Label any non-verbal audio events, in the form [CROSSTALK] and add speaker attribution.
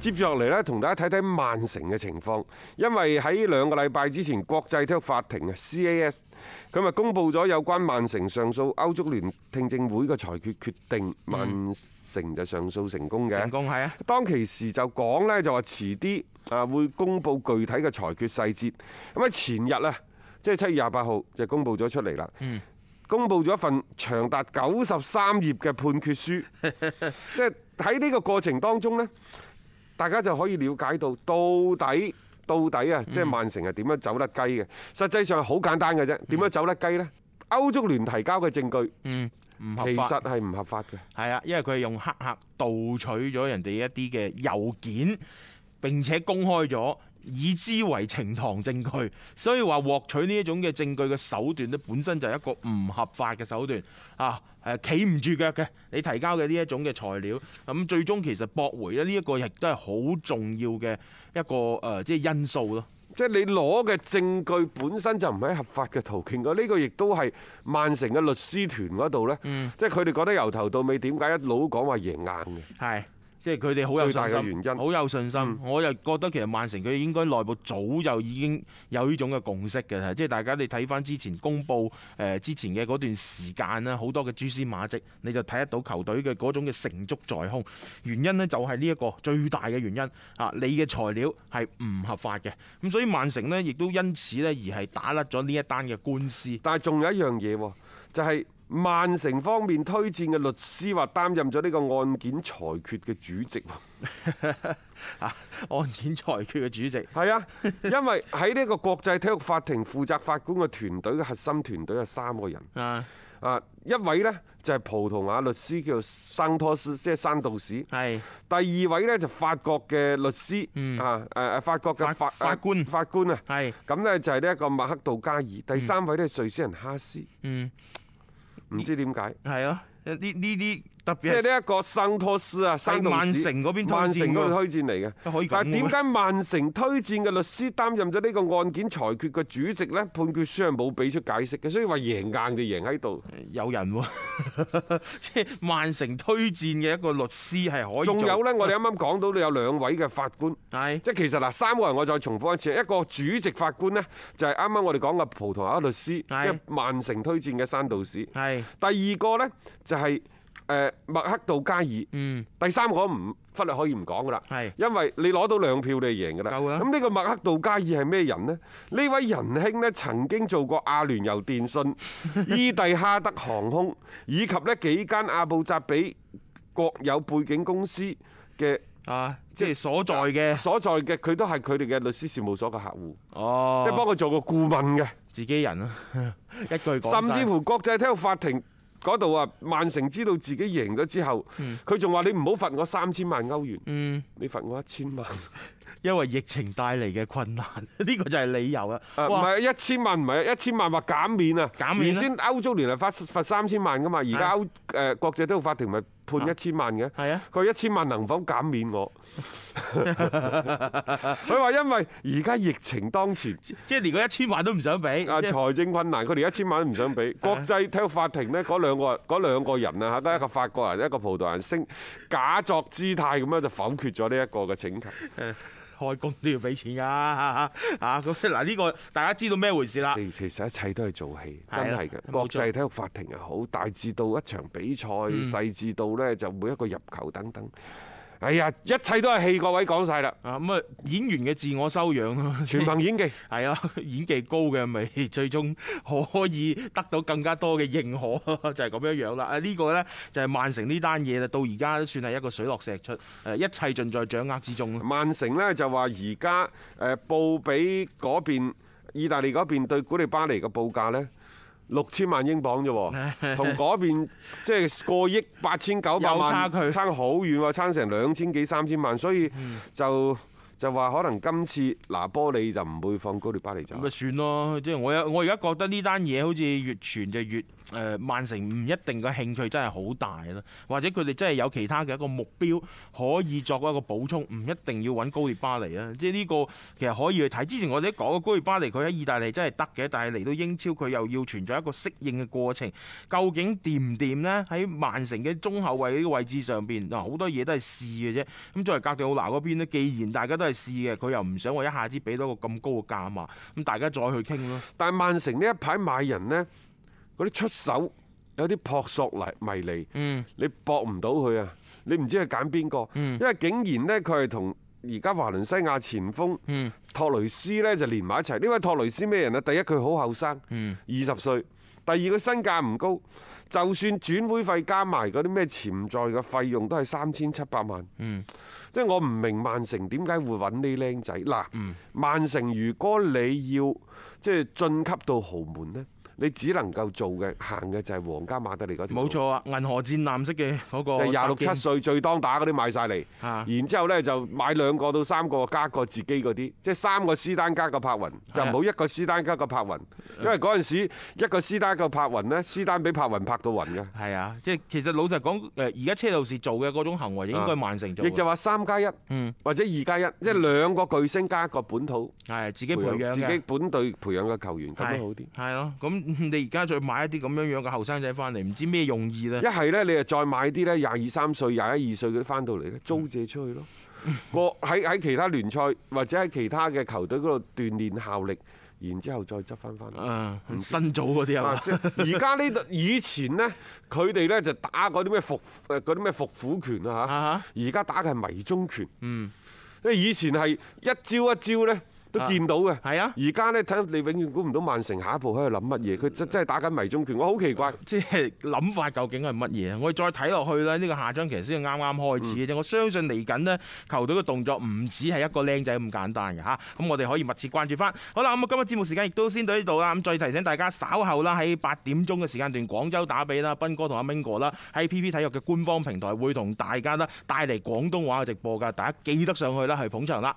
Speaker 1: 接住落嚟呢，同大家睇睇曼城嘅情況，因為喺兩個禮拜之前，國際體育法庭啊 （CAS） 咁啊公佈咗有關曼城上訴歐足聯聽證會嘅裁決決定，曼城就上訴成功嘅。
Speaker 2: 成功係啊，
Speaker 1: 當其時就講呢，就話遲啲啊會公布具體嘅裁決細節。咁喺前日啊，即係七月廿八號就公布咗出嚟啦。
Speaker 2: 嗯
Speaker 1: 公布咗一份長達九十三頁嘅判決
Speaker 2: [LAUGHS]
Speaker 1: 書，即係喺呢個過程當中呢，大家就可以了解到到底到底
Speaker 2: 嗯
Speaker 1: 啊，即係曼城係點樣走甩雞嘅。實際上係好簡單嘅啫，點樣走甩雞呢？歐足聯提交嘅證據
Speaker 2: 嗯，唔合
Speaker 1: 其
Speaker 2: 法
Speaker 1: 實係唔合法嘅。
Speaker 2: 係啊，因為佢係用黑客盜取咗人哋一啲嘅郵件，並且公開咗。以之為呈堂證據，所以話獲取呢一種嘅證據嘅手段咧，本身就係一個唔合法嘅手段啊！誒，企唔住腳嘅，你提交嘅呢一種嘅材料，咁最終其實駁回咧，呢一個亦都係好重要嘅一個誒，呃即係因素咯。
Speaker 1: 即係你攞嘅證據本身就唔係合法嘅途徑㗎，呢、個亦都係曼城嘅律師團嗰度呢，即係佢哋覺得由頭到尾點解一路講話贏硬嘅？
Speaker 2: 係。即係佢哋好有
Speaker 1: 最
Speaker 2: 信
Speaker 1: 大嘅原
Speaker 2: 心，
Speaker 1: 因嗯
Speaker 2: 好有信心。我又覺得其實曼城佢應該內部早就已經有呢種嘅共識嘅啦，即係大家你睇翻之前公佈誒之前嘅嗰段時間啦，好多嘅蛛絲馬跡，你就睇得到球隊嘅嗰種嘅成竹在胸。原因呢就係呢一個最大嘅原因啊！你嘅材料係唔合法嘅，咁所以曼城呢亦都因此呢而係打甩咗呢一單嘅官司。
Speaker 1: 但係仲有一樣嘢喎，就係、曼城方面推薦嘅律師話擔任咗呢個案件裁決嘅主席喎。
Speaker 2: 啊，案件裁決嘅主席
Speaker 1: 係啊，因為喺呢個國際體育法庭負責法官嘅團隊嘅核心團隊有三個人。
Speaker 2: 啊，
Speaker 1: 啊，一位呢就係葡萄牙律師叫做桑托斯，即係山道士。
Speaker 2: 係
Speaker 1: 第二位呢，就法國嘅律師、啊，誒誒法國嘅
Speaker 2: 嗯
Speaker 1: 法
Speaker 2: 法法官
Speaker 1: 法官啊，
Speaker 2: 係
Speaker 1: 咁呢就係呢一個麥克道加爾，第三位呢，瑞士人哈斯，
Speaker 2: 嗯。
Speaker 1: 唔知點解，
Speaker 2: 係啊，呢呢啲特
Speaker 1: 即
Speaker 2: 別
Speaker 1: 係
Speaker 2: 係
Speaker 1: 呢一個桑托斯啊，山道士
Speaker 2: 曼城嗰邊推薦
Speaker 1: 曼城嗰度
Speaker 2: 喎
Speaker 1: 推薦嚟嘅。
Speaker 2: 可以咁
Speaker 1: 但係點
Speaker 2: 嘅咩
Speaker 1: 解曼城推薦嘅律師擔任咗呢個案件裁決嘅主席呢？判決書係冇俾出解釋嘅，所以話贏硬就贏喺度。
Speaker 2: 有人喎、 [LAUGHS] 即係曼城推薦嘅一個律師係可以
Speaker 1: 仲
Speaker 2: 做
Speaker 1: 有呢，我哋啱啱講到你有兩位嘅法官。
Speaker 2: 係
Speaker 1: 即係其實嗱，三個人我再重複一次，一個主席法官呢，就係啱啱我哋講嘅葡萄牙律師，即
Speaker 2: 係
Speaker 1: 係曼城推薦嘅山道士。
Speaker 2: 係
Speaker 1: 第二個呢，就係誒麥克道加爾，
Speaker 2: 嗯
Speaker 1: 第三個唔忽略可以唔講噶啦，
Speaker 2: 係
Speaker 1: 因為你攞到兩票你就贏噶啦。
Speaker 2: 夠啦
Speaker 1: 咁呢個麥克道加爾係咩人呢？呢位仁兄呢，曾經做過阿聯酋
Speaker 2: [LAUGHS]
Speaker 1: 電信、伊蒂哈德航空以及呢幾間阿布扎比國有背景公司嘅。
Speaker 2: 啊，即係所在嘅
Speaker 1: 所在嘅佢都係佢哋嘅律師事務所嘅客戶，
Speaker 2: 哦，
Speaker 1: 即係幫佢做個顧問嘅，
Speaker 2: 自己人啊， [LAUGHS] 一句講
Speaker 1: 甚至乎國際體育法庭。嗰度啊，曼城知道自己贏咗之後，佢仲話你唔好罰我三千萬歐元，
Speaker 2: 嗯，
Speaker 1: 你罰我一千
Speaker 2: [LAUGHS]
Speaker 1: 萬，啊
Speaker 2: 因為疫情帶嚟嘅困難， [LAUGHS] 呢個就係理由啦。
Speaker 1: 啊唔
Speaker 2: 哇，
Speaker 1: 係一千萬唔係一千萬話減免啊，
Speaker 2: 減免啦
Speaker 1: 原先歐足聯係罰罰三千萬噶嘛，而家歐誒國際體育法庭咪判一千萬嘅，
Speaker 2: 係啊，
Speaker 1: 佢一千萬能否減免
Speaker 2: [LAUGHS]
Speaker 1: 我？ [LAUGHS] 佢話因為而家疫情當前。
Speaker 2: 即係連個一千萬都唔想俾，
Speaker 1: 啊！
Speaker 2: 即係
Speaker 1: 財政困難，佢哋一千萬都唔想
Speaker 2: [LAUGHS]
Speaker 1: 俾。國際體育法庭呢，嗰兩個嗰兩個人啊，得一個法國人，一個葡萄牙人，升假作姿態咁樣就否決咗呢一個嘅請求。
Speaker 2: 開工都要俾錢㗎 [LAUGHS] 啊咁嗱呢個大家知道咩回事啦。
Speaker 1: 其其實一切都係做戲，
Speaker 2: 啊係
Speaker 1: 真
Speaker 2: 啦
Speaker 1: 係嘅。
Speaker 2: 冇錯
Speaker 1: 國際體育法庭又好，大至到一場比賽，
Speaker 2: 嗯
Speaker 1: 細至到呢就每一個入球等等。哎呀，一切都係戲，各位講晒啦，
Speaker 2: 啊咁啊，演員嘅自我修養啊咯，
Speaker 1: 全憑演技。
Speaker 2: 係啊， [LAUGHS] 演技高嘅咪 [LAUGHS] 最終可以得到更加多嘅認可， [LAUGHS] 就係咁樣樣啦。啊，呢個呢，就係曼城呢單嘢啦，到而家都算係一個水落石出，誒一切盡在掌握之中咯。
Speaker 1: 曼城呢就話而家呃誒報俾嗰邊意大利嗰邊對古利巴黎嘅報價呢，六千萬英鎊啫
Speaker 2: [LAUGHS]
Speaker 1: 喎，同嗰邊即係過億八千九百
Speaker 2: 有差
Speaker 1: 萬
Speaker 2: 距嗯
Speaker 1: 差好遠喎，差成兩千幾三千萬，所以就就話可能今次拿波利就唔會放高列巴黎走
Speaker 2: 咁。咪算咯，即係我有我而家覺得呢單嘢好似越傳就越誒、呃曼城唔一定嘅興趣真係好大啦，或者佢哋真係有其他嘅一個目標可以作一個補充，唔一定要揾高列巴黎啊！即係呢個其實可以去睇。之前我哋都講過高列巴黎佢喺意大利真係得嘅，但係嚟到英超佢又要存在一個適應嘅過程，究竟掂唔掂呢？喺曼城嘅中後衞呢個位置上邊啊嗱，好多嘢都係試嘅啫。咁作為格迪奧拿嗰邊呢，既然大家都係試嘅，佢又唔想我一下子俾到個咁高嘅價碼，咁大家再去傾咯。
Speaker 1: 但係曼城呢一排買人呢，嗰啲出手有啲撲朔迷離，
Speaker 2: 嗯，
Speaker 1: 你搏唔到佢啊！你唔知佢揀邊個，因為竟然呢，佢係同而家華倫西亞前鋒
Speaker 2: 嗯
Speaker 1: 托雷斯呢就連埋一齊。呢位托雷斯咩人啊？第一佢好後生，
Speaker 2: 嗯
Speaker 1: 二十歲；第二佢身價唔高，就算轉會費加埋嗰啲咩潛在嘅費用都係三千七百萬。
Speaker 2: 嗯
Speaker 1: 即係我唔明曼城點解會揾呢僆仔嗱。
Speaker 2: 嗯
Speaker 1: 曼城如果你要即係晉級到豪門呢，你只能夠做嘅行嘅就係皇家馬德里嗰條路
Speaker 2: 冇錯啊，銀河戰艦式嘅嗰
Speaker 1: 就
Speaker 2: 個
Speaker 1: 係廿六
Speaker 2: 哦搭建
Speaker 1: 七歲最當打嗰啲買晒嚟，
Speaker 2: 啊
Speaker 1: 然之後呢，就買兩個到三個加個自己嗰啲，即係三個斯丹加個柏雲，就唔好一個斯丹加個柏雲，因為嗰陣時一個斯丹加個柏雲呢，斯丹俾柏雲拍到暈嘅。
Speaker 2: 係啊，即係其實老實講，誒而家車路士做嘅嗰種行為應該曼城
Speaker 1: 啊
Speaker 2: 做啊
Speaker 1: 亦
Speaker 2: 嘅，
Speaker 1: 就話三加一
Speaker 2: 嗯
Speaker 1: 或者二加一，即係兩個巨星加一個本土
Speaker 2: 係自己嗯培養
Speaker 1: 自
Speaker 2: 嘅
Speaker 1: 己。本隊培養嘅球員咁樣好啲。
Speaker 2: 係咯，咁你而家再買一啲咁樣樣嘅後生仔翻嚟，唔知咩用意咧
Speaker 1: [LAUGHS] 一？係呢，你就再買啲呢廿二三歲、廿一二歲嗰啲翻到嚟
Speaker 2: 嗯
Speaker 1: 咧，租借出去咯。 [LAUGHS] 我喺喺其他聯賽或者喺其他嘅球隊嗰度鍛鍊效力，然之後再執翻翻嚟。
Speaker 2: 嗯，新組嗰啲
Speaker 1: 啊
Speaker 2: [LAUGHS] 啊，
Speaker 1: 即係而家呢度以前呢，佢哋呢就打嗰啲咩伏誒嗰啲咩伏虎拳
Speaker 2: 嘛，
Speaker 1: 啊
Speaker 2: 啊
Speaker 1: 嚇，而家打嘅係迷蹤拳。
Speaker 2: 嗯，
Speaker 1: 因為以前係一招一招呢都見到嘅。
Speaker 2: 係啊，
Speaker 1: 而家呢，睇你永遠估唔到曼城下一步喺度諗乜嘢，佢真真係打緊迷蹤拳，我好奇怪。
Speaker 2: 即係諗法究竟係乜嘢啊？我哋再睇落去啦，呢個下章其實先係啱啱開始嘅啫。我相信嚟緊呢，球隊嘅動作唔止係一個靚仔咁簡單嘅嚇。咁我哋可以密切關注翻。好啦，咁啊今日節目時間亦都先到呢度啦。咁再提醒大家稍後啦，喺八點鐘嘅時間段，廣州打比啦，斌哥同阿 Ming 哥啦，喺 PP 體育嘅官方平台會同大家啦帶嚟廣東話嘅直播㗎。大家記得上去啦，去捧場啦！